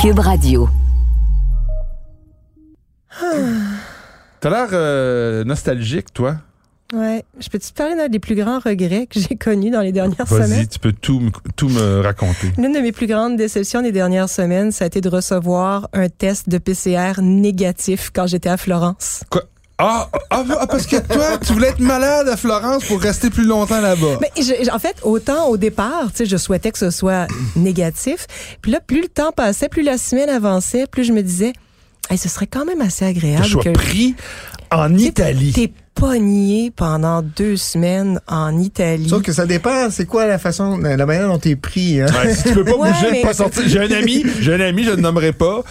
Cube Radio. T'as l'air euh, nostalgique, toi. Ouais. Je peux-tu te parler d'un des plus grands regrets que j'ai connus dans les dernières semaines? Vas-y, tu peux tout, me- tout me raconter. L'une de mes plus grandes déceptions des dernières semaines, ça a été de recevoir un test de PCR négatif quand j'étais à Florence. Quoi? Ah, ah, ah, parce que toi, tu voulais être malade à Florence pour rester plus longtemps là-bas. Mais je- je- en fait, autant au départ, tu sais, je souhaitais que ce soit négatif. Puis là, plus le temps passait, plus la semaine avançait, plus je me disais, Hey, ce serait quand même assez Que agréable je sois que- pris en Italie. T'es pogné pendant deux semaines en Italie. Sauf que ça dépend, c'est quoi la façon, la manière dont t'es pris. Hein? Ouais, si tu peux pas Ouais, bouger, mais- pas sortir. J'ai un ami, j'ai un ami, je ne nommerai pas,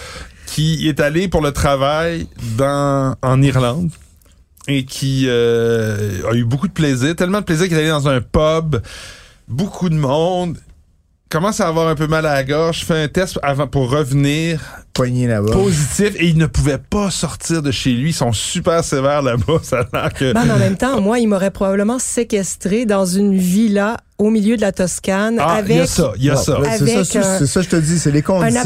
qui est allé pour le travail dans, en Irlande et qui euh, a eu beaucoup de plaisir, tellement de plaisir qu'il est allé dans un pub, beaucoup de monde, commence à avoir un peu mal à la gorge, fait un test avant pour revenir, Poigné là-bas. positif et il ne pouvait pas sortir de chez lui. Ils sont super sévères là-bas. Ça a l'air que. Ben, mais en même temps, moi, il m'aurait probablement séquestré dans une villa au milieu de la Toscane ah, il y a avec ça, il y a Ouais, ça. là, C'est Avec ça, c'est- un- c'est ça, je te dis, c'est les un conditions.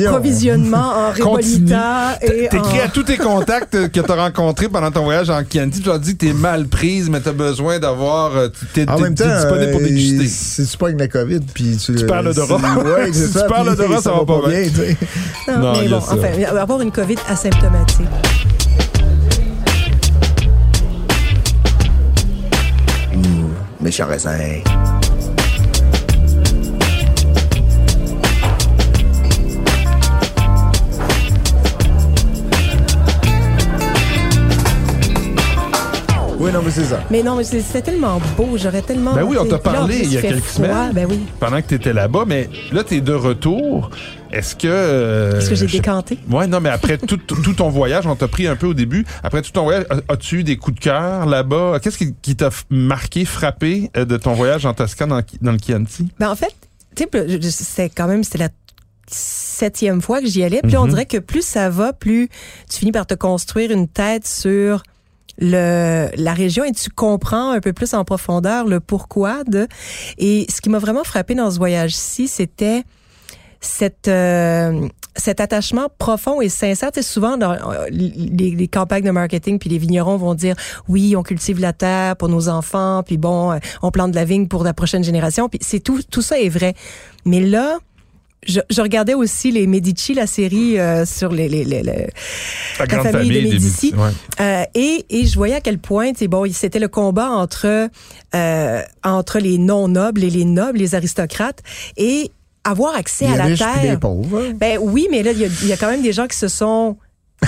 approvisionnement en Continue. Rebolita et T'écris en- à tous tes contacts euh, que t'as rencontrés pendant ton voyage en Chianti, tu leur dis que t'es mal prise, mais t'as besoin d'avoir, euh, t'es, En t'es- même t'es temps, disponible pour euh, déguster. si tu pognes la COVID, puis tu... Tu perds l'odorat. si- Ouais, Si tu exactement. perds puis l'odorat, ça va pas bien. tu sais. Non, Non, mais il y a bon, ça. enfin, avoir une COVID asymptomatique. Méchant raisin. Oui, non, mais c'est ça. Mais non, mais c'est- c'était tellement beau, j'aurais tellement. Ben oui, on manqué. t'a Puis là, en parlé plus, il y a fait quelques froid. semaines. Ben oui. Pendant que t'étais là-bas, mais là, t'es de retour. Est-ce que. euh, Est-ce que j'ai je sais décanté? Ouais, non, mais après tout, tout ton voyage, on t'a pris un peu au début. Après tout ton voyage, as- as-tu eu des coups de cœur là-bas? Qu'est-ce qui, qui t'a f- marqué, frappé euh, de ton voyage en Toscane, dans, dans le Chianti? Ben en fait, tu sais, je- je- c'était quand même c'était la septième fois que j'y allais. Puis là, on dirait que plus ça va, plus tu finis par te construire une tête sur le la région et tu comprends un peu plus en profondeur le pourquoi de. Et ce qui m'a vraiment frappé dans ce voyage-ci, c'était cette euh, cet attachement profond et sincère. Tu sais, souvent, dans euh, les, les campagnes de marketing, puis les vignerons vont dire, oui, on cultive la terre pour nos enfants, puis bon, euh, on plante de la vigne pour la prochaine génération, puis c'est tout, tout ça est vrai. Mais là, je, je regardais aussi les Medici, la série euh, sur les, les, les- les- La grande famille des Médicis. Médicis, ouais. euh, et, et je voyais à quel point, tu sais, bon, c'était le combat entre euh, entre les non nobles et les nobles, les aristocrates, et avoir accès Les à la riches puis terre. les pauvres. hein. Ben oui, mais là, il y, a- il y a quand même des gens qui se sont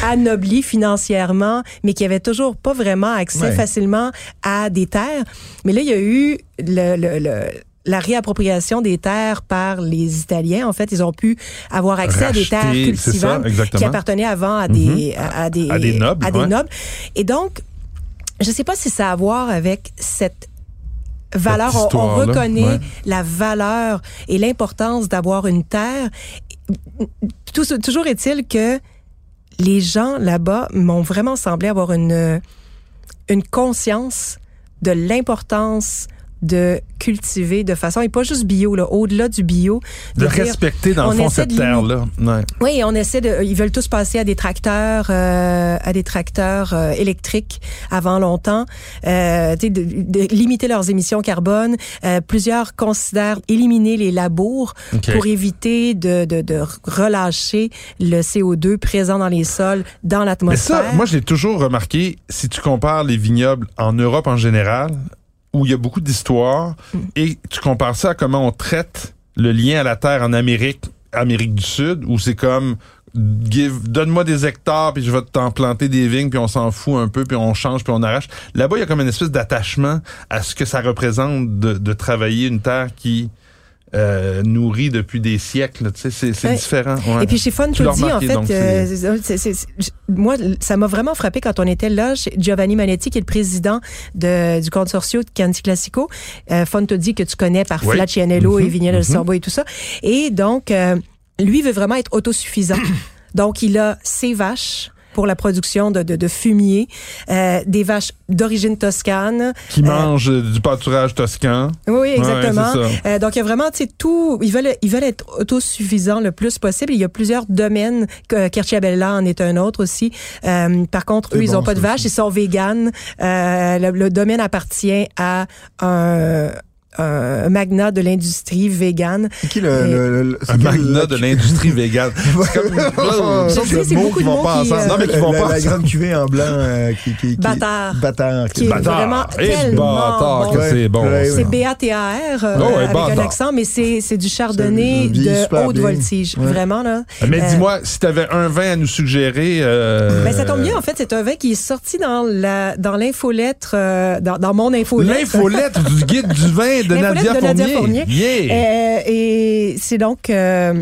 anoblis financièrement, mais qui avaient toujours pas vraiment accès Ouais. facilement à des terres. Mais là, il y a eu le, le- le- la réappropriation des terres par les Italiens. En fait, ils ont pu avoir accès à des Racheter, c'est terres ça, cultivables qui exactement. Mhm. appartenaient avant à des, à, à des, À des nobles, à des ouais. nobles. Et donc, je sais pas si ça a à voir avec cette valeur. Cette On- On, histoire-là, reconnaît ouais. la valeur et l'importance d'avoir une terre. Tout ce- toujours est-il que les gens là-bas m'ont vraiment semblé avoir une, une conscience de l'importance de cultiver de façon, et pas juste bio, là, au-delà du bio. De dire- respecter, dans on le fond, essaie cette de limiter- terre-là. Ouais. oui, on essaie de. Ils veulent tous passer à des tracteurs, euh, à des tracteurs euh, électriques avant longtemps, euh, tu sais, de, de limiter leurs émissions carbone. Euh, plusieurs considèrent éliminer les labours OK. pour éviter de, de, de relâcher le CO2 présent dans les sols, dans Mais l'atmosphère. ça, moi, je l'ai toujours remarqué, si tu compares les vignobles en Europe en général, où il y a beaucoup d'histoires, Mm. et tu compares ça à comment on traite le lien à la terre en Amérique, Amérique du Sud, où c'est comme, give- donne-moi des hectares, puis je vais t'en planter des vignes, puis on s'en fout un peu, puis on change, puis on arrache. Là-bas, il y a comme une espèce d'attachement à ce que ça représente de, de travailler une terre qui euh, nourris depuis des siècles. Tu sais, c'est c'est Ouais. différent. ouais. Et puis chez Fun Tu l'as Tutti, en remarqué, fait, donc, euh, c'est- c'est- c'est- j- moi, ça m'a vraiment frappé quand on était là chez Giovanni Manetti, qui est le président de, du consortio de Canti Classico. Euh, Fun te dit que tu connais par Oui. Flacianello et Vignel El mhm. Sorbo et tout ça. Et donc, euh, lui veut vraiment être autosuffisant. donc, il a ses vaches pour la production de, de, de fumier, euh, des vaches d'origine toscane. Qui mange euh, du pâturage toscan. Oui, oui, exactement. Ouais, c'est ça. Euh, donc, il y a vraiment, tu sais, tout. Ils veulent, ils veulent être autosuffisants le plus possible. Il y a plusieurs domaines. que- Querciabella en est un autre aussi. Euh, par contre, C'est eux, ils bon, ont pas de ça vaches, ils sont véganes. Euh, le, le domaine appartient à un, un magnat de l'industrie végane. C'est qui le. le- le- c'est Un qui le- magnat de l'industrie végane. C'est comme Je sorte sais, de c'est mots beaucoup qui de vont mots pas qui, ensemble. euh, Non, mais qui la, vont la- pas la ensemble. grande cuvée en blanc euh, qui, qui, qui- Bâtard. Bâtard. Qui est Bâtard. vraiment Eh, tellement bâtard, bon. que c'est bon. Ouais, ça. ouais. C'est BATAR euh, Oh, ouais, avec un bâtard. accent, mais c'est c'est du chardonnay vieillit de super haute bien. voltige. Ouais. Vraiment, là. Mais Euh, dis-moi, si t'avais un vin à nous suggérer... euh, Ben, ça tombe bien, en fait, c'est un vin qui est sorti dans la dans l'infolettre, euh, dans, dans mon infolettre. L'infolettre du guide du vin de Nadia L'infolettre de Nadia Fournier. Fournier. Yeah! Euh, et c'est donc euh,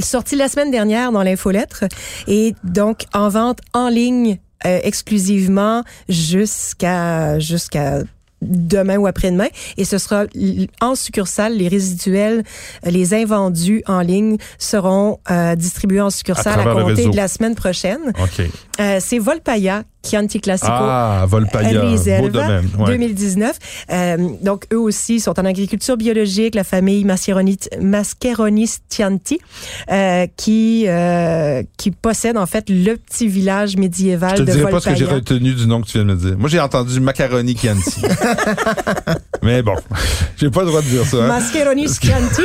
sorti la semaine dernière dans l'infolettre et donc en vente en ligne euh, exclusivement jusqu'à jusqu'à demain ou après-demain et ce sera l- en succursale les résiduels euh, les invendus en ligne seront euh, distribués en succursale à, travers le compter réseau. de la semaine prochaine OK. Euh, c'est Volpaya Chianti Classico Ah, Volpaya, beau Rizelva, domaine. ouais. 2019. Euh, donc, eux aussi sont en agriculture biologique, la famille Mascheroni- Mascheroni-Stianti, euh, qui, euh, qui possède en fait le petit village médiéval Je te de dirai Volpaya. pas ce que j'ai retenu du nom que tu viens de me dire. Moi, j'ai entendu macaroni Chianti. Mais bon, j'ai pas le droit de dire ça. hein. Mascheroni Scanti.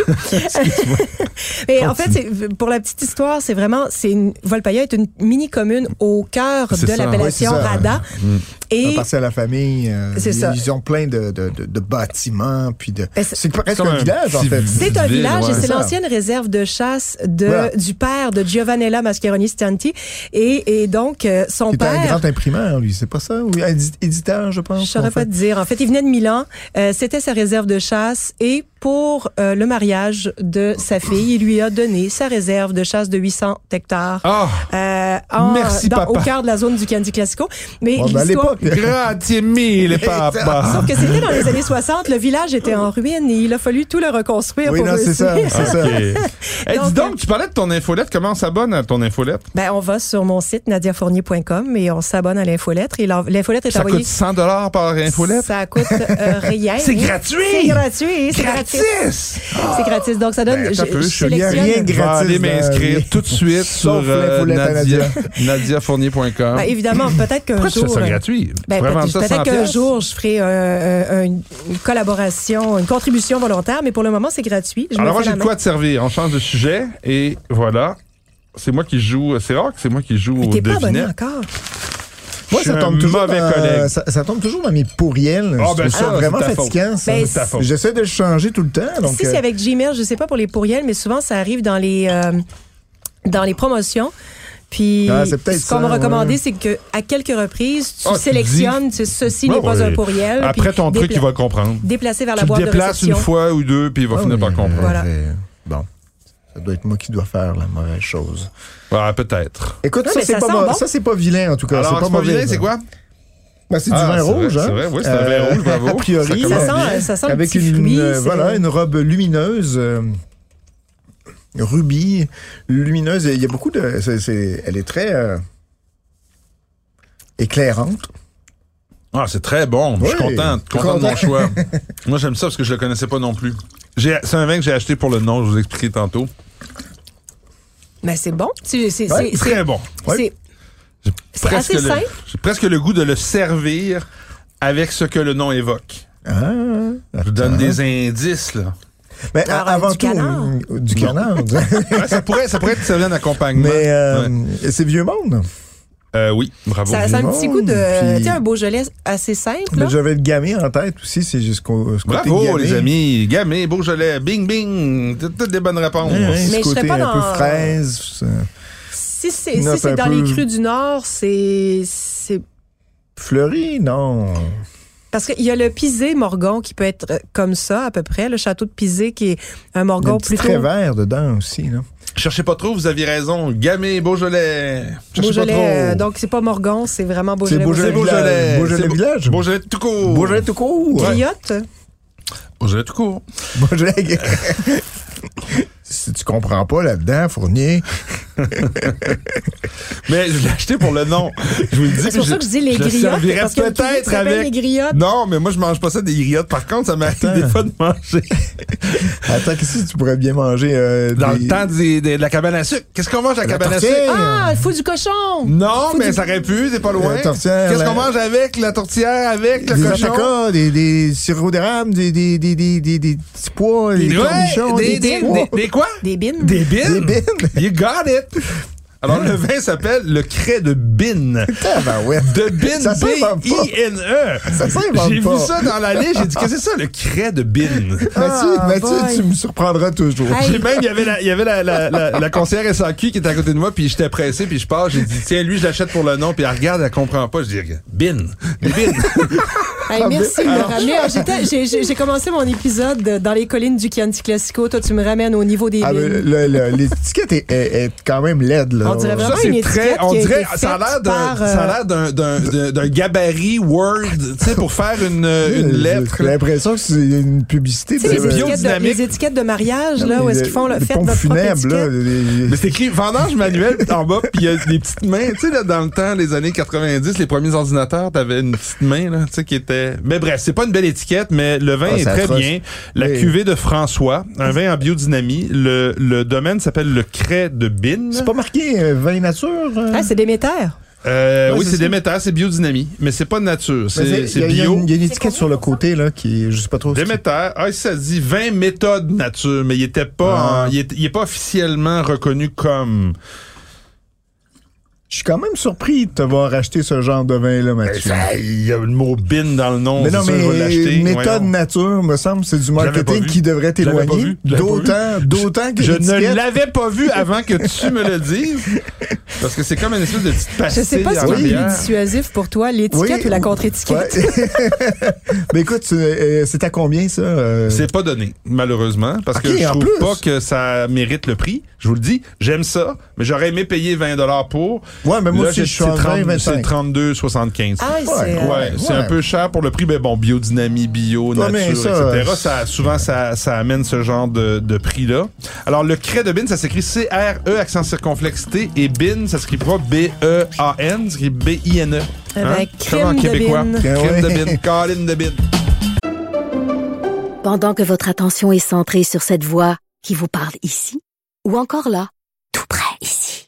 Mais en fait, c'est- pour la petite histoire, c'est vraiment, c'est une, Volpaya est une mini commune au cœur C'est de ça. l'appellation Oui, c'est ça. Rada. Mm. Ça Et appartient à la famille. euh, C'est ils, ça. ils ont plein de, de, de, de bâtiments. puis de. Ben, c'est- C'est presque Comme un un village, en petit fait. village. C'est un Ville, village ouais. et c'est Ça. l'ancienne réserve de chasse de, Voilà. du père de Giovanella Mascheroni Stanti. Et, et donc, euh, son Il était un père. grand imprimeur, lui, c'est pas ça? Ou édi- éditeur, je pense. Je saurais en pas fait. te dire. En fait, il venait de Milan. euh, C'était sa réserve de chasse et pour euh, le mariage de sa fille, il lui a donné sa réserve de chasse de 800 hectares Ah, euh, en- Merci, dans- papa. au cœur de la zone du Candy Classico. Mais Ouais, ben, à l'histoire- l'époque, grazie mille, papa. Sauf que c'était dans les années 60, le village était en ruine et il a fallu tout le reconstruire Oui, pour non, c'est réussir. ça. C'est ça. OK. Hey, dis Donc, euh, donc, tu parlais de ton infolette. Comment on s'abonne à ton infolette? Ben, on va sur mon site nadiafournier.com et on s'abonne à l'infolettre. Et l'en- l'infolettre est Ça envoyée. coûte 100 par infolette? Ça coûte euh, rien. C'est C'est gratuit! gratuit, c'est gratis. Gratis! C'est gratis. Donc ça donne. Ben, je- attends un peu, je je suis- Il y a sélectionne- rien de Je vais gratis. aller dans la vie. m'inscrire tout de suite sur Sauf euh, l'infolette à Nadia, Nadia. nadiafournier.com. Ben, évidemment, peut-être qu'un Pourquoi tu fais jour. ça euh, gratuit? Tu ben, pourrais peut-être vendre ça peut-être 100 qu'un jour, je ferai euh, euh, une, une collaboration, une contribution volontaire, mais pour le moment, c'est gratuit. Je me Alors moi, fais la j'ai de main. quoi te servir. On change de sujet et voilà. C'est moi qui joue. euh, C'est rare que c'est moi qui joue Mais au T'es pas abonné devinette. encore. Moi, Je suis ça un tombe toujours. mauvais dans- collègue. Ça, ça tombe toujours dans mes pourriels. Ah, je ben trouve ça, ça, c'est vraiment ta faute. fatigant, ça. Ben, C'est ta faute. J'essaie de le changer tout le temps. Donc, si c'est euh, avec Gmail, je sais pas pour les pourriels, mais souvent ça arrive dans les euh, dans les promotions. Puis Ah, c'est peut-être ce qu'on m'a ça, recommandé, ouais. c'est que à quelques reprises, tu Ah, tu sélectionnes tu- ceci Ouais, n'est pas ouais. un pourriel. Après puis ton truc, dépla- il va le comprendre. déplacer vers la Tu le boîte de déplaces une réception. fois ou deux, puis il va ah, finir oui, par mais, comprendre. Voilà. euh, Bon. Ça doit être moi qui dois faire la mauvaise chose. Ah, peut-être. Écoute, Ah, ça, mais c'est ça pas, sent mo- bon. ça, c'est pas vilain, en tout cas. Alors, c'est pas c'est pas mauvais, vilain, ça. c'est quoi? Ben, c'est Ah, du vin c'est vrai, rouge, hein? c'est vrai, oui, c'est un vin rouge, bravo. A priori, Ça Ça commence sent, ça sent le avec petit une, fruit, euh, c'est- voilà, une robe lumineuse. euh, Rubis, lumineuse, il y a beaucoup de. c'est- c'est- elle est très euh, éclairante. Ah, c'est très bon. Je suis Oui. content, content de Content. mon choix. Moi, j'aime ça parce que je le connaissais pas non plus. J'ai- C'est un vin que j'ai acheté pour le nom, je vous expliquais tantôt. Mais Ben, c'est bon. Tu- C'est Ouais, c'est- Très bon. c'est- c'est- J'ai C'est presque assez le- simple. J'ai presque le goût de le servir avec ce que le nom évoque. Ah, Je vous donne des indices, là. Mais Alors, a- avant du tout, canard. euh, du Ben, Ah, canard. Ouais, ça, pourrait, ça pourrait être servi en accompagnement. Mais euh, Ouais. c'est vieux monde. Euh, oui, bravo. ça, ça a un petit goût de, Puis- tu sais, un Beaujolais assez simple. là. Mais J'avais le gamay en tête aussi, c'est jusqu'au ce côté Bravo, gamay. les amis. Gamay, Beaujolais, bing, bing. Toutes toutes des bonnes réponses. Ouais, ouais, Mais ce je serais côté pas un peu dans- fraise. euh, Si c'est si Note c'est un dans les peu. crus du Nord, c'est c'est Fleuri, non. Parce qu'il y a le Pisé Morgon qui peut être euh, comme ça, à peu près. Le château de Pisé qui est un Il y a Morgon un petit plutôt. trait vert dedans aussi. Là. Cherchez pas trop, vous aviez raison. Gamay, Beaujolais. Cherchez Beaujolais, pas euh, trop. donc c'est pas Morgon, c'est vraiment Beaujolais. C'est C'est Beaujolais. Beaujolais. Beaujolais C'est Beau- village. Beaujolais tout court. Beaujolais tout court. Beaujolais. Griotte, Ah, Beaujolais tout court. Beaujolais. si tu comprends pas là-dedans, Fournier, Mais je l'ai acheté pour le nom. Je vous le dis. C'est pour puis ça que je dis les le griottes, servirais parce qu'il y a une cuisine qui peut-être s'appelle avec. les griottes. Non, mais moi, je mange pas ça des griottes. Par contre, ça m'arrive Attends. des fois de manger. attends, qu'ici tu pourrais bien manger. euh, Dans des- le temps des- des- de la cabane à sucre. Qu'est-ce qu'on mange à la La cabane à tortille. sucre? Ah, le fou du cochon! Non, Faut mais du- ça aurait pu, c'est pas loin. La tourtière, Qu'est-ce la- qu'on mange avec la tourtière, avec le des cochon? alpacas, des, des sirops d'érable, des, des, des, des, des, des petits pois, des, Ouais, cornichons, des, des, des, petits pois. des- des quoi? Des bines. Des bines? Des bines. You got it! Alors, le vin s'appelle le craie de bine. Tabarouette. De bine, Ah, ben Ça s'invente pas. B-I-N-E. Ça s'invente E. J'ai pas. vu ça dans la liste, j'ai dit, qu'est-ce que c'est ça, le craie de bine? Mathieu, Ah, Mathieu, boy. tu me surprendras toujours. Hey. J'ai même, il y avait la, il y avait la, la, la, la conseillère SAQ qui était à côté de moi, puis j'étais pressé, puis je pars, j'ai dit, tiens, lui, je l'achète pour le nom, puis elle regarde, elle comprend pas, je dis, bin, bin. Hey, merci de me ramener. Ah, j'étais- j'ai- J'ai j'ai commencé mon épisode de- dans les collines du Chianti Classico. Toi, tu me ramènes au niveau des Ah, mais bines. le- le- L'étiquette est, est- est quand même laide. Là. On dirait Ça, vraiment une c'est étiquette très, on qui a dirait, été ça a l'air faite d'un, par, euh, ça a l'air d'un, d'un, d'un- d'un gabarit Word, tu sais, pour faire une, une lettre. J'ai l'impression que c'est une publicité. Tu sais, les, euh, étiquettes de, biodynamique. les étiquettes de mariage, là, où est-ce qu'ils font le des fait pompes votre propre funèbres, là, étiquette. les- Mais c'est écrit vendange manuel en bas, puis il y a des petites mains. Tu sais, là, dans le temps, les années 90, les premiers ordinateurs, t'avais une petite main, là, tu sais, qui était... Mais bref, c'est pas une belle étiquette, mais le vin Ah, est c'est très atroce. bien. La Oui. cuvée de François, un vin en biodynamie. Le, le domaine s'appelle le Cray de Bine. C'est pas marqué euh, vin nature? euh? Ah, c'est Déméter. Euh, oui, Ouais, c'est c'est ça. Déméter, c'est biodynamie, mais c'est pas de nature, Mais c'est il y c'est a- il y a bio. une- Il y a une étiquette sur le côté, là, qui est, je sais pas trop. ce qui- Déméter, ah, ça dit 20 méthodes nature, mais il était pas, Ah. en- il, est, il est pas officiellement reconnu comme. Je suis quand même surpris de t'avoir acheté ce genre de vin-là, Mathieu. Ben, Ça, Il y a le mot bin dans le nom. Mais c'est non, sûr, je vais mais l'acheter, méthode voyons. nature, me semble, c'est du l'avais pas marketing vu. qui devrait Je l'avais pas t'éloigner. vu. Je l'avais pas vu. D'autant, d'autant que Je ne l'étiquette- l'avais pas vu avant que tu me le dises. Parce que c'est comme une espèce de petite Je pastille. sais pas ce en qui est plus arrière. dissuasif pour toi, l'étiquette Oui, ou la ou- contre-étiquette. Ouais. Mais écoute, tu- euh, c'est à combien ça? euh? C'est pas donné, malheureusement, parce Ok, que je en trouve plus. pas que ça mérite le prix. Je vous le dis, j'aime ça, mais j'aurais aimé payer 20 pour. Ouais, mais moi Là, aussi, j'ai- je suis c'est en 30 20, C'est 25. 32,75. Ah, Ouais, c'est. euh, Ouais, ouais. c'est un peu cher pour le prix, mais bon, biodynamie, bio, Ouais, mais nature, ça, etc. euh, Ça, souvent, ça, ça amène ce genre de, de prix-là. Alors, le craie de bin, ça s'écrit C-R-E, accent circonflexe T, et bin, ça s'écrit pas B-E-A-N, ça s'écrit B-I-N-E. Eh ben, crème Comme en de québécois. bin. Crème de Ouais. bin, Colin de bin. Pendant que votre attention est centrée sur cette voix qui vous parle ici, ou encore là, tout près ici,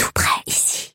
tout près ici,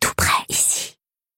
tout près ici,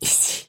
ici,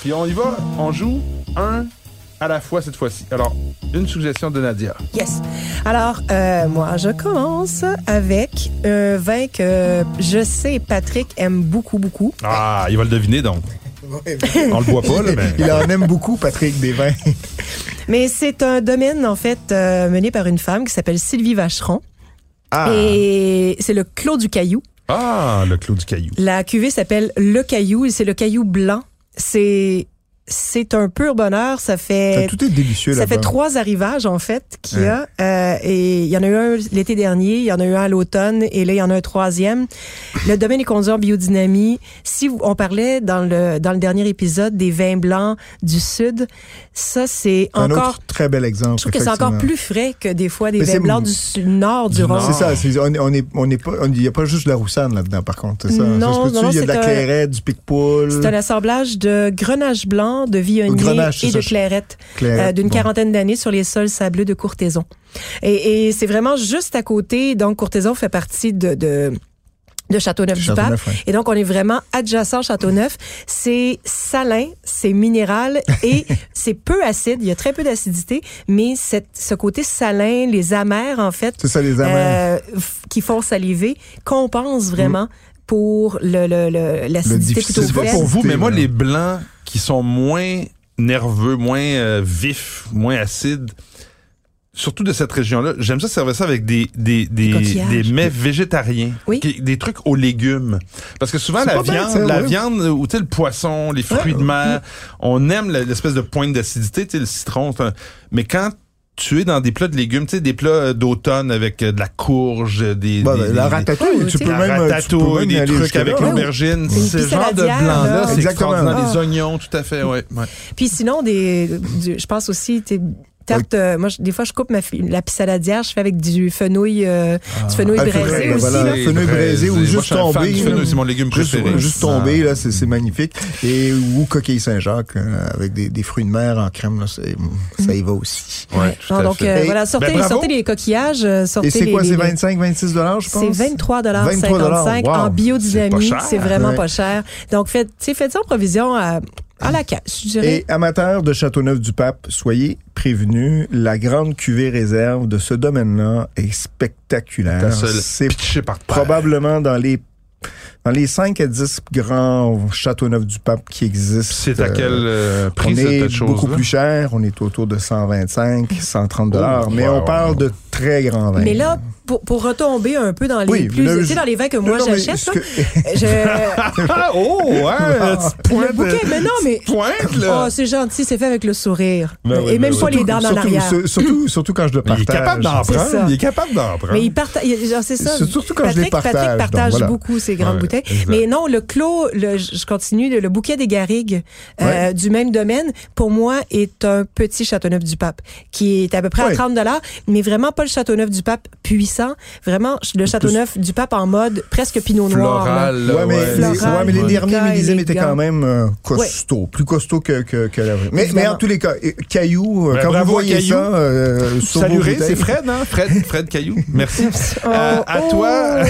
Puis on y va, on joue un à la fois cette fois-ci. Alors, une suggestion de Nadia. Yes. Alors, euh, moi, je commence avec un vin que je sais Patrick aime beaucoup, beaucoup. Ah, il va le deviner donc. Ouais, On le voit pas, là, mais- mais. Il en aime beaucoup, Patrick Desvins. Mais c'est un domaine, en fait, euh, mené par une femme qui s'appelle Sylvie Vacheron. Ah, Et c'est le Clos du Caillou. ah le clou du caillou. La cuvée s'appelle Le Caillou et c'est le Caillou blanc. C'est c'est un pur bonheur. Ça fait Tout est délicieux euh, ça là-bas. fait trois arrivages en fait qu'il y a Euh, et il y en a eu un l'été dernier, il y en a eu un à l'automne et là il y en a un troisième. Le domaine est conduit en biodynamie. Si vous- on parlait dans le dans le dernier épisode des vins blancs du sud, ça c'est Un encore autre très bel exemple. je trouve que c'est encore plus frais que des fois des Mais vins c'est- blancs du su- nord du Du Rhône. nord. C'est ça, c'est- on, on est, on est pas, on- il n'y a pas juste de la roussanne là-dedans, par contre. c'est Ça. Non, ça se peut-tu? non, il y a de c'est la un- clairette, du pic-poule, C'est un assemblage de grenache blanc, de Au viognier grenache, c'est et ça, de je- clairette clairette, euh, d'une bon. quarantaine d'années sur les sols sableux de Courtaison. Et, et c'est vraiment juste à côté. Donc, Courtaison fait partie de, de, de Châteauneuf-du-Pape. Châteauneuf, ouais. Et donc, on est vraiment adjacent à Châteauneuf. C'est salin, c'est minéral et c'est peu acide. Il y a très peu d'acidité, mais cette, ce côté salin, les amers, en fait, C'est ça, les amers. euh, f- qui font saliver, compense vraiment pour le, le, le- l'acidité difficile. plutôt C'est pas faible. Pour vous, mais moi, Ouais. les blancs qui sont moins nerveux, moins euh, vifs, moins acides, surtout de cette région-là, j'aime ça servir ça avec des, des, des, coquillages. des mets végétariens, Oui. qui- des trucs aux légumes. Parce que souvent, C'est la pas bête, viande, ça, la ouais. Mm-hmm. viande ou tu sais, le poisson, les fruits de mer, on aime la- l'espèce de pointe d'acidité, tu sais, le citron. c'est un- Mais quand tu es dans des plats de légumes, tu sais, des plats euh, d'automne avec euh, de la courge, des... Bon, ben, des- la des- ratatouille, Ouais, tu tu, peux sais. la même, tu peux ratatouille, même y des aller trucs jusque-là, avec ouais. l'aubergine, Une ce genre de saladière, blanc-là, là. c'est Exactement. extraordinaire. Ah. Des oignons, tout à fait, ouais. ouais. Puis sinon, des, du- je pense aussi, t'es- tarte, euh, moi, je- des fois, je coupe ma, fi- la saladière, je fais avec du fenouil, euh, du fenouil Ah, braisé fenouil, aussi. voilà. là. Le fenouil braisé ou Moi, juste je suis un fan tombé, du là. fenouil, C'est mon légume Juste, préféré. juste Ah. tomber, là, c'est c'est magnifique. Et ou coquille Saint-Jacques euh, avec des, des fruits de mer en crème, là, c'est- ça y va aussi. Ah. Ouais, tout Non, à donc, fait. euh, Et- voilà, sortez, ben, bravo. sortez les coquillages, euh, sortez Et c'est quoi, les- c'est les- 25, 26 dollars, je pense? C'est 23 dollars 55 wow. en C'est biodynamie, pas cher. c'est vraiment Ouais. pas cher. Donc faites, tu sais, faites ça en provision à, à la caisse, je dirais. Et amateurs de Châteauneuf-du-Pape, soyez prévenus, la grande cuvée réserve de ce domaine-là est euh, T'as spectaculaire. ça, là, C'est pitché par terre. probablement dans les dans les 5 à 10 grands Châteauneuf-du-Pape qui existent. C'est à euh, quel euh, prix on cette est chose beaucoup plus cher, on est autour de 125, 130 dollars, Oh, mais wow. on parle de très grands vins. Mais là, pour, pour retomber un peu dans les Oui, plus, le- tu sais, dans les vins que moi Non, non, mais j'achète, ce là, que- je- Ah, oh, ouais, un petit point le bouquet, mais non, mais Pointe, oh, là. c'est gentil, c'est fait avec le sourire Ben oui, et ben même oui. pas les dents en surtout, arrière. sur- surtout, surtout quand je le Mais il est partage. capable d'en C'est prendre. ça. Il est capable d'en prendre. Mais il partage, c'est ça. C'est surtout quand je Patrick, les partage, Patrick partage donc, voilà. beaucoup ces grandes Ouais, bouteilles. exact. Mais non, le clos, le, je continue, le, le bouquet des Garrigues euh, du même domaine, pour moi, est un petit Châteauneuf du Pape, qui est à peu près Ouais. à 30 dollars, mais vraiment pas le Châteauneuf du Pape puissant, vraiment le Châteauneuf du Pape en mode presque Pinot Noir. là. Floral, là, Ouais, mais, les- Floral, ouais, mais les ouais. derniers Caille, millésimes étaient élégant. quand même euh, costauds, plus costauds que, que, que la vraie. Mais, mais Évidemment. en tous les cas, et- Caillou, euh, Ben, quand vous bravo à voyez Caillou. ça, euh, sur vos Saluer, bouteilles- c'est Fred, hein? Fred, Fred Caillou. Merci. Oh, Euh, à toi,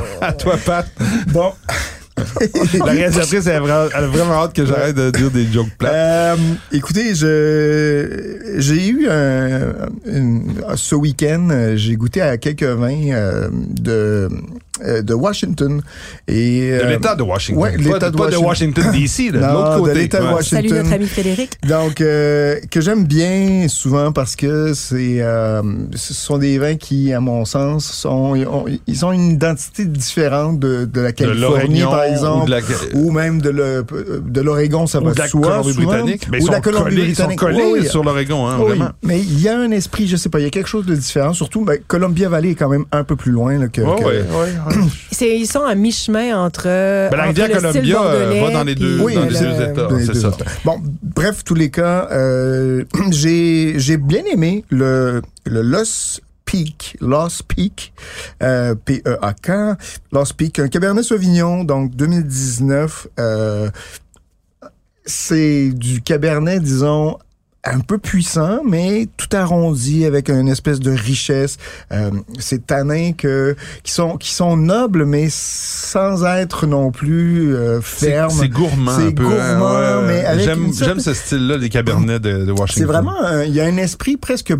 à toi, Pat. Bon. La réalisatrice, elle a vra- elle a vraiment hâte que j'arrête de dire des jokes plates. Euh, écoutez, je j'ai eu un, une- ce week-end, euh, j'ai goûté à quelques vins euh, de euh, de Washington. Et, De euh, l'État de Washington. ouais, Pas- l'État de pas de Washington. Washington, D.C., là, de Non, l'autre de côté. l'État de Ouais. Washington. Salut notre ami Frédéric. Donc, euh, que j'aime bien souvent parce que c'est, euh, ce sont des vins qui, à mon sens, sont, ils ont, ils ont une identité différente de, de la De Californie, l'Oregon par exemple, Ou ou, de la, même de, le- de l'Oregon, ça ou va de la soi, Colombie-Britannique. souvent. Ben, hein. ou ils de la sont collés- Ils sont Colombie-Britannique. collés Oui, oui. sur l'Oregon, hein, Oui, vraiment. Mais il y a un esprit, je sais pas, il y a quelque chose de différent. Surtout, ben, Columbia Valley est quand même un peu plus loin là, que, Ouais, que- ouais, ouais, ouais. C'est- Ils sont à mi-chemin entre, Ben, la entre rivière le style Columbia euh, bordelais va dans les deux, puis dans Oui, les le- deux États, dans les c'est deux ça. États. Bon, bref, tous les cas, euh, j'ai j'ai bien aimé le le Los Peak, Los Peak, euh, P-E-A-K, Los Peak, un Cabernet Sauvignon, donc 2019. euh, c'est du Cabernet, disons, un peu puissant, mais tout arrondi avec une espèce de richesse. Euh, ces tanins que, qui sont qui sont nobles, mais sans être non plus euh, C'est- fermes. C'est gourmand C'est un peu. hein, gourmand, mais avec J'aime une sorte- j'aime ce style-là des cabernets de, de Washington. C'est vraiment, un- il y a un esprit presque,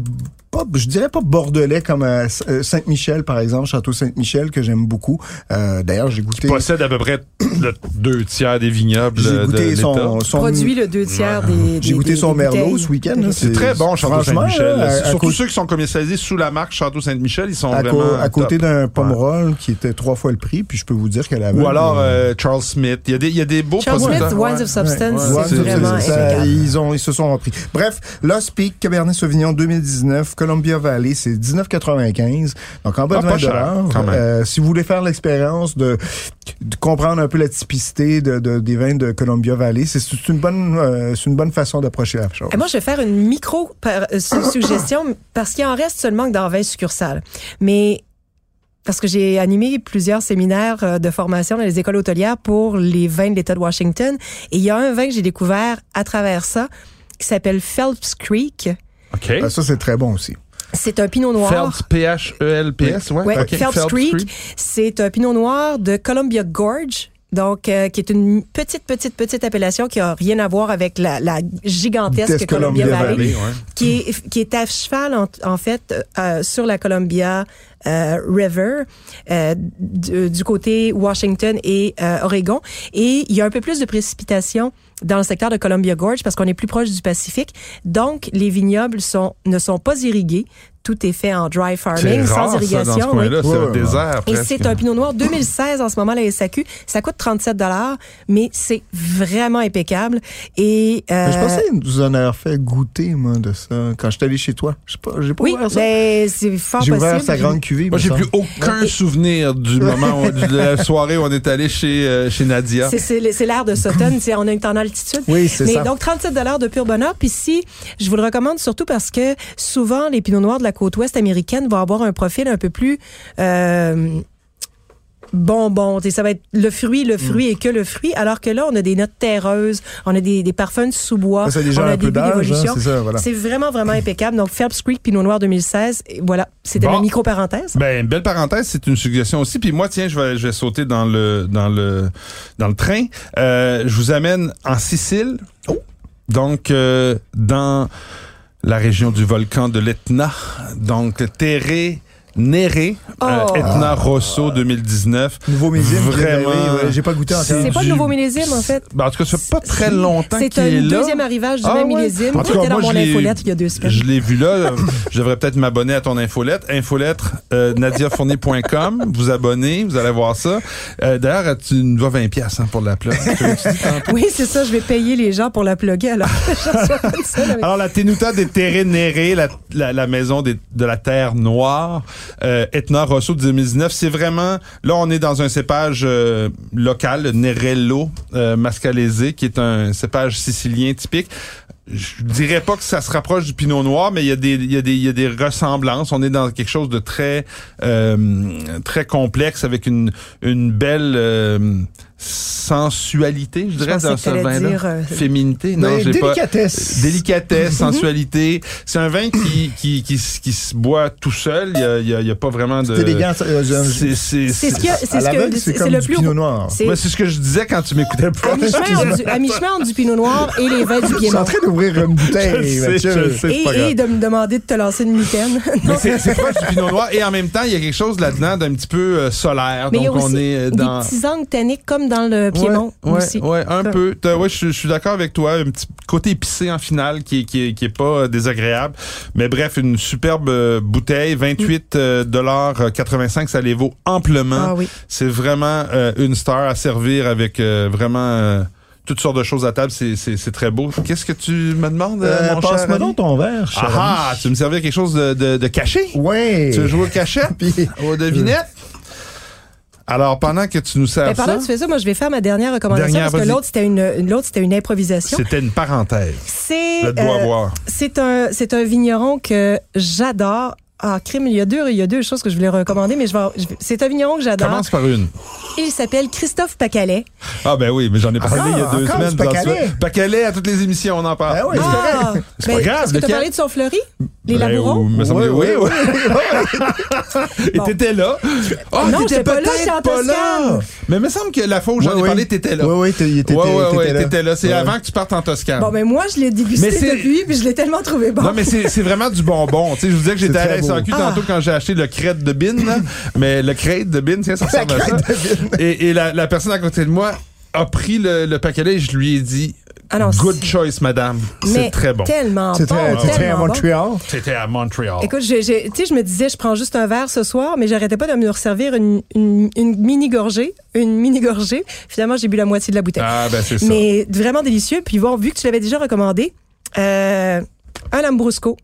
pas, je dirais pas bordelais comme euh, euh, Sainte-Michel par exemple, Château Sainte-Michel que j'aime beaucoup. Euh, D'ailleurs, j'ai goûté, possède à peu près le deux tiers des vignobles j'ai de goûté l'État. son, son- produit le deux tiers des, j'ai des- goûté des- son des merlot bouteilles. ce week-end. là. C'est très bon, Château franchement, Saint-Michel. là, à- à Surtout côté- ceux qui sont commercialisés sous la marque Château Saint-Michel, ils sont à, co- vraiment à côté top. d'un pommerol qui était trois fois le prix, puis je peux vous dire qu'elle avait. Ou alors euh, Charles Smith. Il y a des, il y a des beaux Charles Smith, producteurs. Wines of Substance, ouais, c'est ouais, vraiment c'est- impeccable. ça, ils, ont, ils se sont repris. Bref, Lost Peak, Cabernet Sauvignon 2019, Columbia Valley, c'est 19,95. Donc, en bas Ah, de pas 20 cher, quand même. Euh, Si vous voulez faire l'expérience de, de comprendre un peu la typicité de, de- des vins de Columbia Valley, c'est c'est une bonne, euh, c'est une bonne façon d'approcher la chose. Et moi, je vais faire une micro par- euh, su- suggestion parce qu'il en reste seulement que dans 20 succursales. Mais parce que j'ai animé plusieurs séminaires euh, de formation dans les écoles hôtelières pour les vins de l'État de Washington. Et il y a un vin que j'ai découvert à travers ça qui s'appelle Phelps Creek. OK. Ah, ça, c'est très bon aussi. Euh, C'est un pinot noir. Phelps, E P-H-E-l-p-s ouais. Ouais, OK. Phelps, Creek, c'est un pinot noir de Columbia Gorge. Donc, euh, qui est une petite, petite, petite appellation qui a rien à voir avec la, la gigantesque Vitesse Columbia, Columbia Valley, Valley, qui, est, qui est à cheval, en, en fait, euh, sur la Columbia euh, River, euh, du, du côté Washington et euh, Oregon. Et il y a un peu plus de précipitations dans le secteur de Columbia Gorge parce qu'on est plus proche du Pacifique. Donc, les vignobles sont, ne sont pas irrigués. Tout est fait en dry C'est farming, rare, sans irrigation. ça, dans ce oui. coin-là. C'est Ouais, un ouais. désert, Et presque. c'est un Pinot Noir 2016 en ce moment, la SAQ. Ça coûte 37 mais c'est vraiment impeccable. Et euh, Mais Ben, je pensais nous en avoir fait goûter, moi, de ça, quand j'étais allé chez toi. Je sais pas, j'ai pas oui, ouvert ça. mais c'est fort J'ai possible. ouvert sa grande cuvée. Moi, me j'ai semble. plus aucun souvenir du moment, où- de la soirée où on est allé chez, euh, chez Nadia. C'est- C'est c'est l'air de Sutton, c'est- on est en altitude. Oui, c'est Mais ça. donc 37 de pur bonheur. Puis si, je vous le recommande surtout parce que souvent les pinots noirs de la côte ouest américaine vont avoir un profil un peu plus euh, bonbon. T'sais, Ça va être le fruit, le Mm. fruit et que le fruit. Alors que là, on a des notes terreuses, on a des, des parfums de sous-bois, Ça, c'est on déjà a un peu début d'âge, hein, d'évolution. c'est ça, voilà. C'est vraiment, vraiment impeccable. Donc, Phelps Creek, Pinot Noir 2016. Et voilà, c'était Bon. la micro-parenthèse. Ben, belle parenthèse, c'est une suggestion aussi. Puis moi, tiens, je vais, je vais sauter dans le, dans le, dans le train. Euh, je vous amène en Sicile. Oh. Donc, euh, dans la région du volcan de l'Etna. Donc, Terre Nere, euh, Oh. Etna Rosso 2019. Nouveau mésime. j'ai Vraiment. rêvé, ouais, J'ai pas goûté encore. C'est pas du- le nouveau millésime, en fait. Ben, en tout cas, ça fait pas très longtemps qu'il C'est est un là. deuxième arrivage du Ah même ouais. millésime En qui tout cas, était dans moi, mon je l'ai- infolettre il y a deux semaines. Je l'ai vu là. Euh, Je devrais peut-être m'abonner à ton infolettre. Infolettre, euh, nadiafournier.com. Vous abonnez, vous allez voir ça. Euh, D'ailleurs, tu nous dois 20$ piastres, hein, pour la plug. Oui, c'est ça, je vais payer les gens pour la plugger. Alors, Alors, la Tenuta des Terre Nere, la, la, la maison des- de la terre noire, euh, Etna Rosso 2019, c'est vraiment... Là, on est dans un cépage euh, local, le Nerello euh, Mascalese, qui est un cépage sicilien typique. Je dirais pas que ça se rapproche du Pinot Noir, mais il y a des il y a des il y a des ressemblances. On est dans quelque chose de très euh, très complexe avec une une belle euh, sensualité, je dirais, pensais dans que ce t'allais vin-là. dire, euh, Féminité, non, Mais j'ai pas. délicatesse. Délicatesse, Mhm. sensualité. C'est un vin qui, qui, qui, s- qui se boit tout seul. Il y a, il y a- il y a pas vraiment de. C'est élégant. ça, euh, j'aime- C'est c'est- C'est ce c'est- qu'il y a- c'est à ce l'aveugle, que- c'est c'est comme le du plus pinot haut. noir. C'est- Ah, Ouais, c'est ce que je disais quand tu m'écoutais pas. à mi-chemin entre du- à mi-chemin entre du pinot noir et les vins du Je suis Piémont. en train d'ouvrir une bouteille, Je le sais, Mathieu. je le sais, c'est pas Et, grave. et de me demander de te lancer une mitaine. Mais c'est c'est proche du pinot noir et en même temps, il y a quelque chose là-dedans d'un petit peu euh, solaire. Mais il y a donc on aussi est euh, des dans petits angles tanniques comme dans le Piémont ouais, ouais, aussi. ouais, un Ça. peu. T'as- Ouais, je je suis d'accord avec toi. Un petit côté épicé en finale qui est, qui est, qui est pas euh, désagréable. Mais bref, une superbe euh, bouteille, 28 euh, dollars euh, 85, ça les vaut amplement. Ah oui. C'est vraiment euh, une star à servir avec euh, vraiment euh, toutes sortes de choses à table. C'est- C'est c'est très beau. Qu'est-ce que tu me demandes, euh, Euh, mon cher Passe-moi ami? donc ton verre, cher Ah, ah, tu me servais quelque chose de, de, de caché? ami. Ouais. Tu veux jouer au cachet? Puis- euh, Aux devinettes? Alors, pendant que tu nous sers Mais pendant ça, que tu fais ça, moi, je vais Ben, faire ma dernière recommandation Dernière, parce que vas-y. l'autre, c'était une, une- l'autre, c'était une improvisation. c'était une parenthèse. C'est, Je dois euh, voir. c'est un, c'est un vigneron que j'adore. Ah, crime, il y a deux, il y a deux choses que je voulais recommander, mais je vais, en- je vais- c'est un vigneron que j'adore. Commence par une. Il s'appelle Christophe Pacalais. Ah ben oui, mais j'en ai parlé Ah, il y a deux encore semaines. du dans ce- Pacalet. Pacalet à toutes les émissions, on en parle. Ah ouais, c'est vrai. Ah, C'est pas grave, Est-ce que t'as lequel? parlé de son fleuri? Ben, Les ou- labourons? me semble- oui, oui. Et Bon. t'étais là. Ah, non, t'étais j'étais pas là, peut-être j'étais en pas là. Toscane. Mais il me semble que la fois où j'en Ouais, ai ouais. parlé, t'étais là. Ouais, ouais, t'es- t'étais- Ouais, ouais, ouais, t'étais là. t'étais là. C'est Ouais. avant que tu partes en Toscane. Bon, ben moi, je l'ai Ah. Mais c'est- dégusté depuis, puis je l'ai tellement trouvé bon. Non, mais c'est c'est vraiment du bonbon. Tu sais, je vous disais que j'étais C'est à la très beau. SAQ tantôt quand j'ai acheté le crête de bin, là. mais le crête de bin, tiens, ça ressemble à ça. Et, et la, la personne à côté de moi a pris le, le paquet et je lui ai dit Ah non, Good c'est- choice, madame. Mais C'est très bon. Tellement C'est bon. très, c'est très à tellement bon. Montréal. C'était à Montréal. Écoute, j'ai- j'ai- tu sais, je me disais, je prends juste un verre ce soir, mais j'arrêtais pas de me resservir une, une, une mini gorgée, une mini gorgée. Finalement, j'ai bu la moitié de la bouteille. ah, ben c'est ça. mais vraiment délicieux. Puis bon, vu que tu l'avais déjà recommandé, euh, un Lambrusco,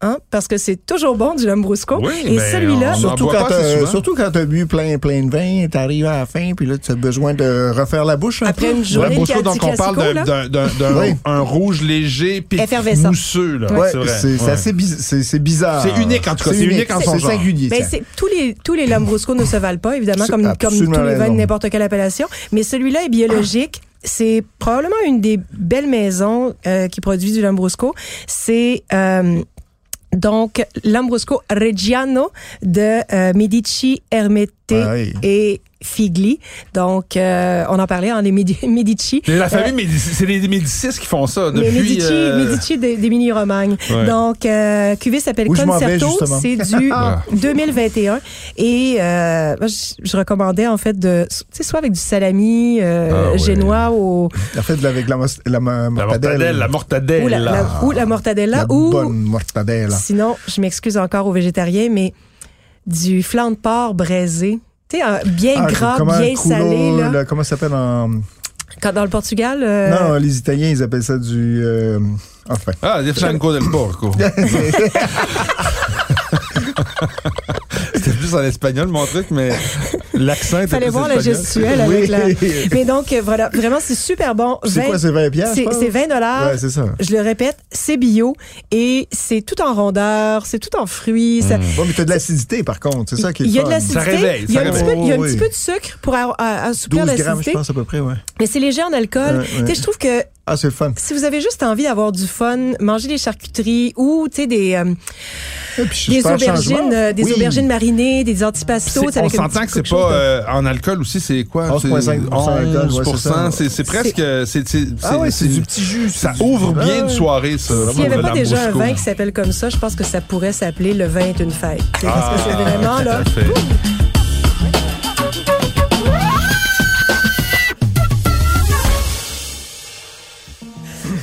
hein, parce que c'est toujours bon du Lambrusco. Oui, Et mais on celui-là, en Surtout boit quand, pas assez t'as, souvent. surtout quand t'as bu plein, plein de vin, t'arrives à la fin, puis là, tu as besoin de refaire la bouche un Après peu. une journée Lambrusco, de Chianti donc on parle Classico, d'un- là. d'un d'un- d'un- Oui. un rouge léger, puis Effervescent. mousseux. Là. Ouais, vrai. c'est, c'est Ouais. assez biz- c'est, c'est bizarre. C'est unique, en tout cas, c'est unique en son C'est genre. singulier. Ben, tiens. c'est- tous les tous les Lambrusco ne se valent pas évidemment C'est comme comme tous absolument les vins raison. de n'importe quelle appellation, mais celui-là est biologique. C'est probablement une des belles maisons euh, qui produit du Lambrusco. C'est euh, donc Lambrusco Reggiano de euh, Medici Hermete Ah oui. et Figli. Donc euh, on en parlait en les Medi- Medici. Mais La famille, Médicis- c'est les Médicis qui font ça Euh, Mais depuis. Medici, euh, Medici des, des mini-romagnes. Ouais. Donc, euh, cuvée s'appelle Où je m'en vais, Concerto. justement. C'est du Ah. 2021. Et euh, moi, je, je recommandais, en fait, de, tu sais, soit avec du salami euh, Ah oui. génois ou, En fait, avec la, mos- la, ma- La mortadelle, la mortadelle. ou, la, la- ou la mortadella. La ou, bonne mortadelle. sinon, je m'excuse encore aux végétariens, mais du flan de porc braisé. Tu sais, un- bien Ah, gras, comment bien le coulo- salé. Là. le- comment ça s'appelle en... Quand dans le Portugal, euh, Non, les Italiens, ils appellent ça du... euh, Enfin. Ah, des Franco del Porco. C'était plus en espagnol, mon truc, mais l'accent était fallait plus voir hein. la espagnol. gestuelle Oui. avec la... Mais donc, euh, voilà, vraiment, c'est super bon. C'est Vingt- quoi, c'est 20 piastres? je C'est pense? c'est 20 dollars. Ouais, c'est ça. je le répète, c'est bio et c'est tout en rondeur, c'est tout en fruits. ça- Bon, mais t'as de l'acidité, par contre. Mmh. C'est ça qui est Il y a le de fun. Ça réveille, l'acidité, il y ça a un, petit peu, réveille. il y a un Oh, petit oui. peu de sucre pour euh, a- a- assouplir 12 grammes, je l'acidité, pense, à peu près, ouais. mais c'est léger en alcool. Ouais, ouais. Tu sais, Je trouve que Ah, c'est le fun. si vous avez juste envie d'avoir du fun, manger des charcuteries ou tu sais, des, euh, Et puis, je des fais un aubergines, changement. euh, des Oui. aubergines marinées, des antipastos. C'est- On s'entend que c'est pas euh, en alcool aussi, c'est quoi? 11,5% d'alcool, ouais, c'est 11%, ça. c'est c'est presque. c'est- c'est- Ah ouais, c'est du petit jus. Ça c'est du- ouvre bien Ah une ouais. soirée, ça. S'il n'y avait le pas déjà un Lambrusco. vin qui s'appelle comme ça, je pense que ça pourrait s'appeler Le vin est une fête. Tu sais, Parce Ah. que c'est vraiment là. Tout à fait.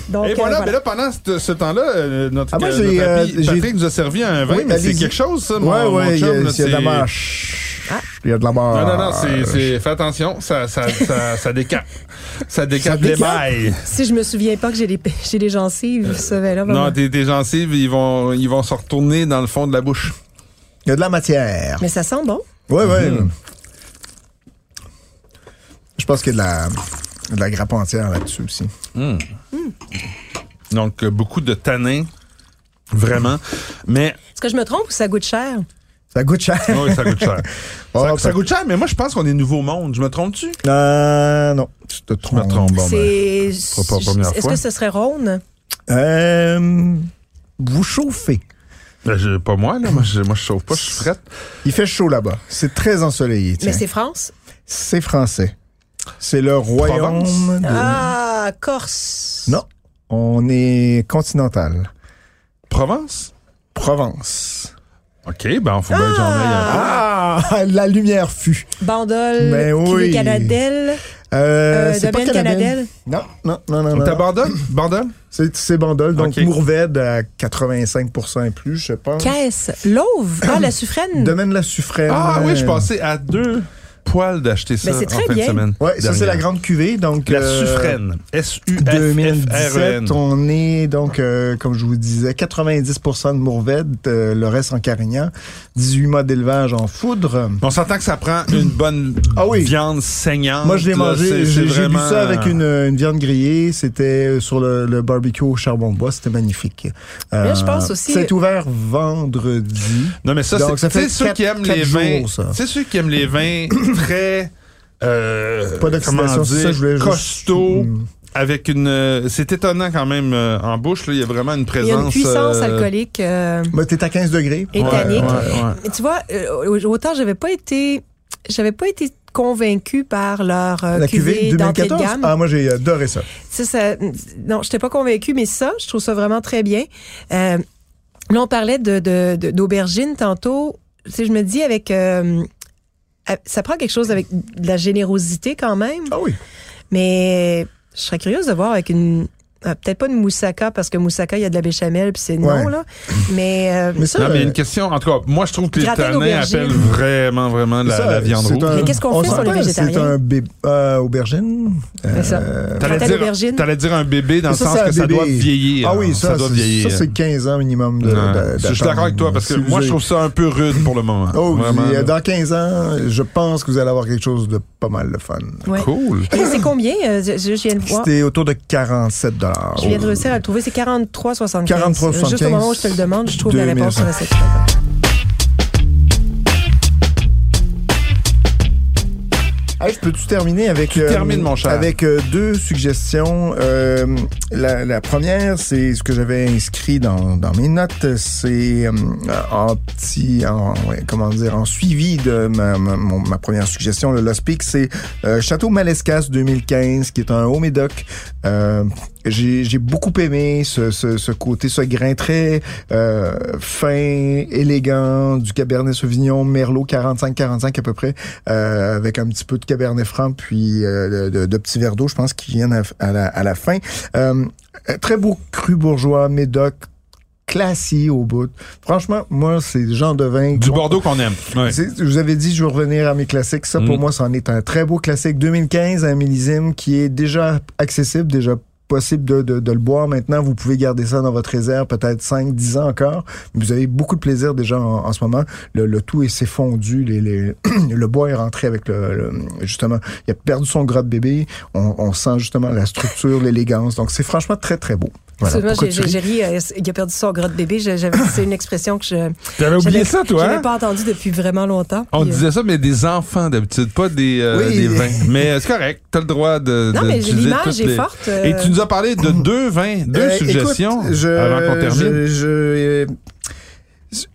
Donc, Et voilà, ben euh, voilà. mais là, pendant ce, ce temps-là, euh, notre, Ah, moi, notre j'ai, euh, ami Patrick j'ai- nous a servi un vin, Oui, mais c'est allez-y. quelque chose, ça, mon, Ouais, mon ouais, il y chum, a- là, il y a de la c'est- marche. Ah. Il y a de la marche. Non, non, non, c'est, c'est- fais attention, ça, ça, ça, ça décape. Ça décape les décape. mailles. Si je me souviens pas que j'ai des, j'ai des gencives, ben ce vin-là. Non, vraiment. tes, tes gencives, ils vont, ils vont se retourner dans le fond de la bouche. Il y a de la matière. Mais ça sent bon. Ouais, ouais. Mm-hmm. Je pense qu'il y a de la, de la grappe entière là-dessus aussi. Donc, euh, beaucoup de tanins, vraiment. Mais Est-ce que je me trompe ou ça goûte cher? Ça goûte cher. Oui, ça coûte cher. Ah, ça, ça peut- coûte cher, mais moi, je pense qu'on est nouveau monde. Je me trompe-tu? Euh, non, tu Je te me trompes. trompe. Bon, ben, C'est. sera pas la première Est-ce fois. que ce serait Rhône? Euh, vous chauffez. ben, je- pas moi, là. Moi, je, moi, je chauffe pas, je suis frette. Il fait chaud là-bas. C'est très ensoleillé. tiens. Mais c'est France? C'est français. C'est le royaume. de- Ah, Corse. Euh, Non, on est continental. Provence? Provence. OK, ben, faut bien que j'en aille un peu. Ah, la lumière fut. Bandol, Ben oui. Québec Canadelle, Euh, euh, c'est pas Domaine Canadelle. Canadelle. Non, non, non, non. On non. t'abandonne? Bandol? C'est c'est Bandol, donc Ok. Mourvèdre à 85 et plus, je pense. Caisse, L'Auve, ah, la Suffraine. Domaine la Suffraine. Ah oui, je passais à deux poils d'acheter ça Ben, c'est en très fin bien. de semaine. Ouais, ça c'est dernière. la grande cuvée, donc La euh, Suffraine. E S-U-F-F-R-E-N. 2017, on est donc, euh, comme je vous disais, 90% de Mourvèdre, euh, le reste en Carignan, 18 mois d'élevage en foudre. On s'entend que ça prend une bonne Ah oui. viande saignante. Moi, je l'ai là. C'est- mangé, c'est j'ai j'ai bu vraiment- ça avec une, une viande grillée, c'était euh, sur le, le barbecue au charbon de bois, c'était magnifique. Euh, Là, je pense aussi- C'est ouvert vendredi. Non, mais ça, Donc, c'est ça fait tu sais, ceux quatre- qui aiment quatre les jours, vins. ça. C'est ceux qui aiment les vins très. euh, Pas d'oxydation, comment c'est dire, ça, je voulais juste- costaud. Mm. Avec une, euh, c'est étonnant quand même euh, en bouche. là, Il y a vraiment une Il présence. y a une puissance euh, alcoolique euh, Bah, t'es à 15 degrés. et ouais, tannique. ouais, ouais. Mais tu vois, euh, autant j'avais pas été, j'avais pas été convaincue par leur euh, La cuvée cuvée d'entrée 2014. de gamme. Ah, moi, j'ai adoré ça. Ça, ça- non, je n'étais pas convaincue, mais ça, je trouve ça vraiment très bien. Euh, là, on parlait de, de, de- d'aubergine tantôt. Tu sais, je me dis avec. euh, euh, ça prend quelque chose avec de la générosité quand même, Ah oui. mais je serais curieuse de voir avec une. ah, Peut-être pas une moussaka, parce que moussaka, il y a de la béchamel, puis c'est non, Ouais. là. Mais. euh, Mais ça, Non, mais il y a euh, une question. En tout cas, moi, je trouve que les Gratin tannins d'aubergine. appellent vraiment, vraiment la, Ça, la viande c'est rouge. un- Mais qu'est-ce qu'on on fait sur les s'entend, C'est végétariens? un bébé euh, aubergine. Euh, c'est ça. T'allais Gratin dire, d'aubergine. t'allais dire un bébé dans le Ça, sens c'est un que ça bébé. doit vieillir. hein. Ah oui, ça, ça, doit c'est- vieillir. ça, c'est 15 ans minimum de, Ouais. de- Je suis d'attente. d'accord avec toi parce que C'est moi, je usé. trouve ça un peu rude pour le moment. Oh, Vraiment, puis, euh, là. dans 15 ans, je pense que vous allez avoir quelque chose de pas mal de fun. ouais. Cool. Et c'est combien? euh, je, je viens de voir. C'était autour de 47 dollars. Je viens de réussir à le trouver. C'est 43,75. 43,75. Juste au moment où je te le demande, je trouve la réponse sur la section. Hey, je peux-tu terminer avec... euh, termines, mon cher. Avec euh, deux suggestions. Euh, la, la première, c'est ce que j'avais inscrit dans, dans mes notes. C'est euh, en petit... En, ouais, comment dire? En suivi de ma, ma- mon- ma première suggestion, le Lost Peak, c'est euh, Château Malescasse 2015, qui est un haut médoc. Euh, j'ai j'ai beaucoup aimé ce, ce, ce côté, ce grain très euh, fin, élégant du Cabernet Sauvignon, Merlot 45-45 à peu près, euh, avec un petit peu de Cabernet Franc, puis euh, de, de- de petits verres d'eau, je pense, qui viennent à, à la, à la fin. Euh, très beau cru bourgeois, médoc, classique au bout. Franchement, moi, c'est le genre de vin... Du qu'on- Bordeaux qu'on aime. Ouais. c'est- Je vous avais dit, je vais revenir à mes classiques. Ça, Mm. pour moi, c'en est un très beau classique. 2015, un millésime qui est déjà accessible, déjà possible de, de- de le boire maintenant. Vous pouvez garder ça dans votre réserve peut-être 5, 10 ans encore. Vous avez beaucoup de plaisir déjà en, en ce moment. Le, le tout est s'est fondu. les- les- le bois est rentré avec le, le- Justement, il a perdu son gras de bébé. On, on sent justement la structure, l'élégance. Donc, c'est franchement très, très beau. Voilà. Excuse-moi, Pourquoi j'ai- tu j'ai ris? j'ai ri. euh, Il a perdu son gras de bébé. Je- j'avais- C'est une expression que je. T'avais j'avais- oublié ça, toi? J'avais hein? pas entendu depuis vraiment longtemps. On puis, euh, disait ça, mais des enfants d'habitude, pas des, euh, Oui. des vins. Mais euh, c'est correct, t'as le droit de. Non, de- mais j'ai- d'utiliser l'image toutes est les- forte. Et euh, tu nous as parlé de deux vins, deux Euh, suggestions écoute, je- avant qu'on termine. je- je, euh, je-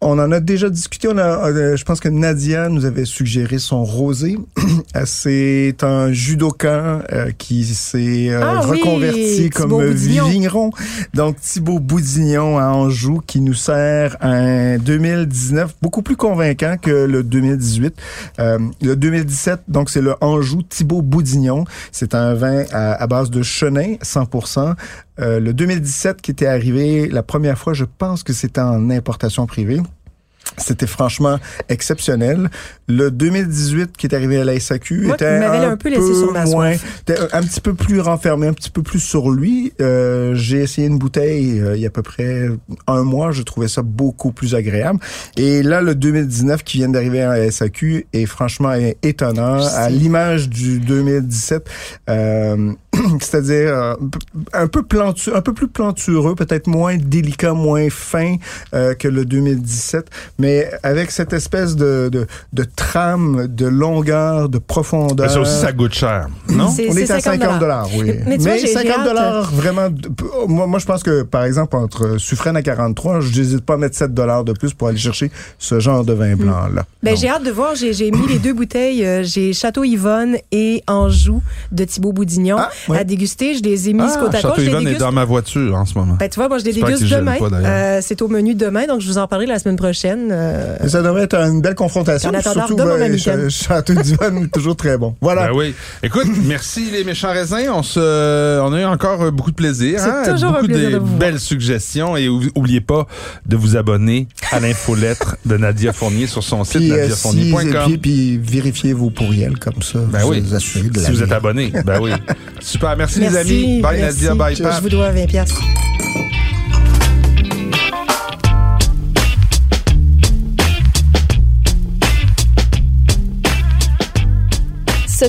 on en a déjà discuté. On a, euh, je pense que Nadia nous avait suggéré son rosé. Euh, C'est un judoka euh, qui s'est euh, Ah oui, reconverti comme Thibaut Boudignon. vigneron. Donc Thibaut Boudignon à Anjou qui nous sert un 2019 beaucoup plus convaincant que le 2018. Euh, le 2017, donc c'est le Anjou Thibaut Boudignon. C'est un vin à, à base de chenin, 100%. Euh, le 2017 qui était arrivé la première fois, je pense que c'était en importation privée. C'était franchement exceptionnel. Le 2018 qui est arrivé à la SAQ Moi, était il m'avait un, un peu laissé sur ma soif. moins, était un petit peu plus renfermé, un petit peu plus sur lui. Euh, J'ai essayé une bouteille euh, il y a à peu près un mois. Je trouvais ça beaucoup plus agréable. Et là, le 2019 qui vient d'arriver à la SAQ est franchement é- étonnant. Je sais. À l'image du 2017, euh, c'est-à-dire euh, un peu plantu, un peu plus plantureux, peut-être moins délicat, moins fin euh, que le 2017, mais avec cette espèce de, de, de trame, de longueur, de profondeur. Mais ça aussi, ça goûte cher, non? C'est- On est à 50 dollars. dollars, oui. Mais tu vois, j'ai- j'ai 50 hâte. dollars, vraiment. de- p- Moi, moi, je pense que, par exemple, entre Suffren à 43, je n'hésite pas à mettre 7 dollars de plus pour aller chercher ce genre de vin blanc-là. Ben, Donc, j'ai hâte de voir. J'ai j'ai mis les deux bouteilles. euh, j'ai Château Yvonne et Anjou de Thibaut Boudignon Ah, oui. à déguster. Je les ai mis Ah, côte à côte. Château Je les Yvonne est déguste- dans ma voiture en ce moment. Ben, tu vois, moi, je les J'espère déguste qu'il gèle demain. pas, d'ailleurs. Euh, C'est au menu demain, donc je vous en parlerai la semaine prochaine. euh, ça devrait être une belle confrontation. En attendant, surtout, ben, redonne au même Ch- item. Château d'Yvonne, toujours très bon. Voilà. Ben oui. Écoute, merci les méchants raisins. On se, on a eu encore euh, beaucoup de plaisir. C'est hein? toujours un beaucoup plaisir de vous voir. belles suggestions et ou- oubliez pas de vous abonner à l'infolettre de Nadia Fournier sur son site Puis, euh, si- nadiafournier.com. puis, puis vérifiez vos pourriels comme ça. Ben vous oui. vous assurez de Si la vous vie. êtes abonné, ben oui. Super, merci, merci. les amis. Bye merci. Nadia, bye Je- Pat. Je vous dois 20 piastres. Ce